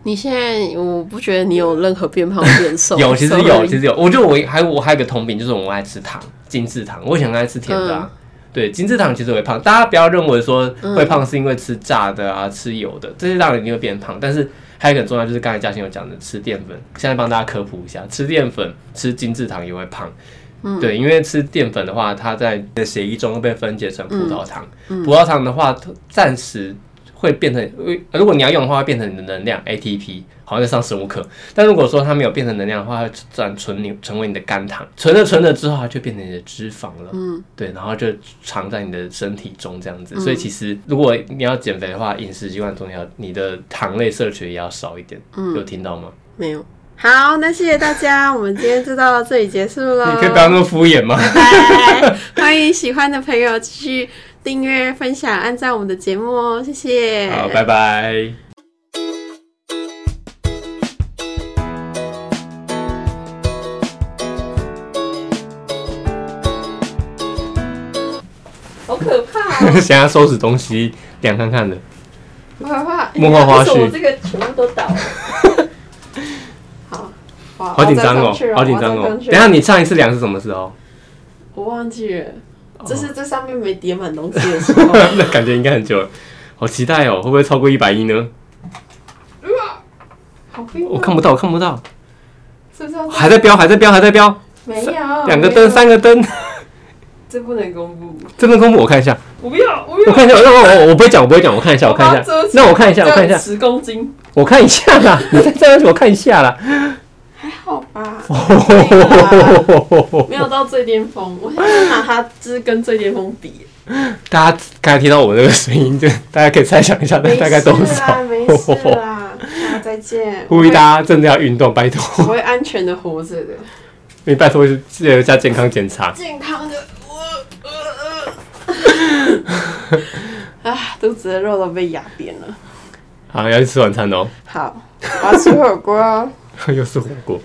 Speaker 2: 你现在我不觉得你有任何变胖变 瘦，
Speaker 1: 有，其实
Speaker 2: sorry
Speaker 1: 有，其实有。我觉得我还我还有一个通病，就是我爱吃糖，精致糖。我以前很爱吃甜的、啊，对，精致糖其实会胖。大家不要认为说会胖是因为吃炸的啊、吃油的，这些当然一定会变胖。但是还有一个很重要，就是刚才嘉欣有讲的，吃淀粉。现在帮大家科普一下，吃淀粉、吃精致糖也会胖。对，因为吃淀粉的话，它在你的血液中会被分解成葡萄糖。葡萄糖的话，暂时会变成，呃如果你要用的话，会变成你的能量 ATP，好像在上生物课。但如果说它没有变成能量的话，它会转存你成为你的肝糖，存着存着之后，它就变成你的脂肪了。嗯，对，然后就藏在你的身体中这样子。所以其实如果你要减肥的话，饮食习惯很重要，你的糖类摄取也要少一点。嗯，有听到吗？
Speaker 2: 没有。好，那谢谢大家，我们今天就到这里结束了。
Speaker 1: 你可以不要那么敷衍吗？
Speaker 2: 拜， 欢迎喜欢的朋友继续订阅、分享、按赞我们的节目哦，谢谢。
Speaker 1: 好，拜拜。
Speaker 2: 好可怕哦，
Speaker 1: 想要收拾东西，凉看看的。
Speaker 2: 好可怕！
Speaker 1: 幕后花絮
Speaker 2: 为什么我这个全部都倒 了。好，哇
Speaker 1: 好紧张
Speaker 2: 我
Speaker 1: 哦
Speaker 2: 要再上去，了
Speaker 1: 好紧张
Speaker 2: 我
Speaker 1: 哦
Speaker 2: 要再！上去
Speaker 1: 等一下你上一次量是什么时 候？
Speaker 2: 我忘记了，这是这上面没叠满东西的 时候。
Speaker 1: 那感觉应该很久了，好期待哦！会不会超过一百一呢？
Speaker 2: 好冰哦
Speaker 1: 我看不到，我看不到，
Speaker 2: 是不是要再？
Speaker 1: 还在飙，还在飙，还在飙，
Speaker 2: 没有
Speaker 1: 两个灯，，
Speaker 2: 没有
Speaker 1: 三个灯，
Speaker 2: 这不能公布。
Speaker 1: 这份公布我看一下，
Speaker 2: 我不要，我不
Speaker 1: 我
Speaker 2: 要。
Speaker 1: 看一下，那我我我不会讲，我不会讲，我看一下，我
Speaker 2: 我把
Speaker 1: 看
Speaker 2: 它
Speaker 1: 一下
Speaker 2: 遮起，来
Speaker 1: 那我看一下，我看一
Speaker 2: 这样
Speaker 1: 下，
Speaker 2: 十公斤，
Speaker 1: 我看一下啦，你再站上去，我看一下 啦。
Speaker 2: 还好吧？可以啦没有到最巅峰，我现在拿它就是跟最巅峰比，
Speaker 1: 大家刚才听到我那个声音，就大家可以猜想一下， 大概多
Speaker 2: 没事
Speaker 1: 少
Speaker 2: 啦，？没事啦，大家再见。
Speaker 1: 呼吁大家真的要运动，拜
Speaker 2: 我会，
Speaker 1: 托，
Speaker 2: 我会安全的活着的，
Speaker 1: 你拜托记得加健康检查。
Speaker 2: 健康的我，呃呃， 啊，肚子的肉都被压扁了。
Speaker 1: 好，要去吃晚餐哦，
Speaker 2: 好，我要吃火锅哦。
Speaker 1: 又是火锅。